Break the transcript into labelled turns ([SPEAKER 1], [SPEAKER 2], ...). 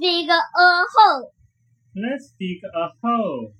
[SPEAKER 1] dig a hole.
[SPEAKER 2] Let's dig a hole.